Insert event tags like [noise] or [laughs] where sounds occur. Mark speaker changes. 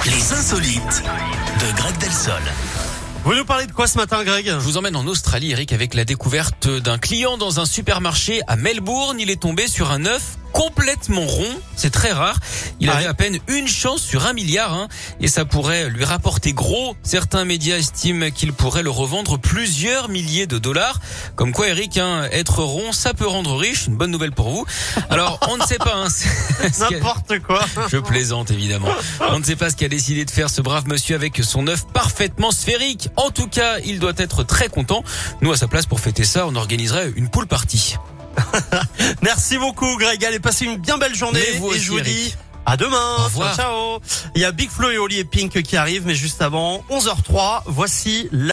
Speaker 1: insolites de Greg Delsol.
Speaker 2: Vous nous parlez de quoi ce matin, Greg
Speaker 3: Je vous emmène en Australie, Eric, avec la découverte d'un client dans un supermarché à Melbourne. Il est tombé sur un œuf complètement rond. C'est très rare. Il
Speaker 2: Ah
Speaker 3: avait
Speaker 2: ouais.
Speaker 3: à peine une chance sur un milliard, hein, et ça pourrait lui rapporter gros. Certains médias estiment qu'il pourrait le revendre plusieurs milliers de dollars. Comme quoi, Eric, hein, être rond, ça peut rendre riche. Une bonne nouvelle pour vous. Alors, on ne sait pas. hein, [laughs] c'est- ce qu'a-
Speaker 2: N'importe
Speaker 3: [laughs]
Speaker 2: quoi.
Speaker 3: je plaisante évidemment. On ne sait pas ce qu'a décidé de faire ce brave monsieur avec son œuf parfaitement sphérique. En tout cas, il doit être très content. Nous, à sa place, pour fêter ça, on organiserait une poule partie.
Speaker 2: Merci beaucoup, Greg. Allez, passez une bien belle journée.
Speaker 3: Mais vous
Speaker 2: et
Speaker 3: aussi,
Speaker 2: je vous
Speaker 3: Eric.
Speaker 2: dis à demain.
Speaker 3: Au revoir.
Speaker 2: Ciao, ciao. Il y a Big Flo et Oli et Pink qui arrivent, mais juste avant, 11h03, voici la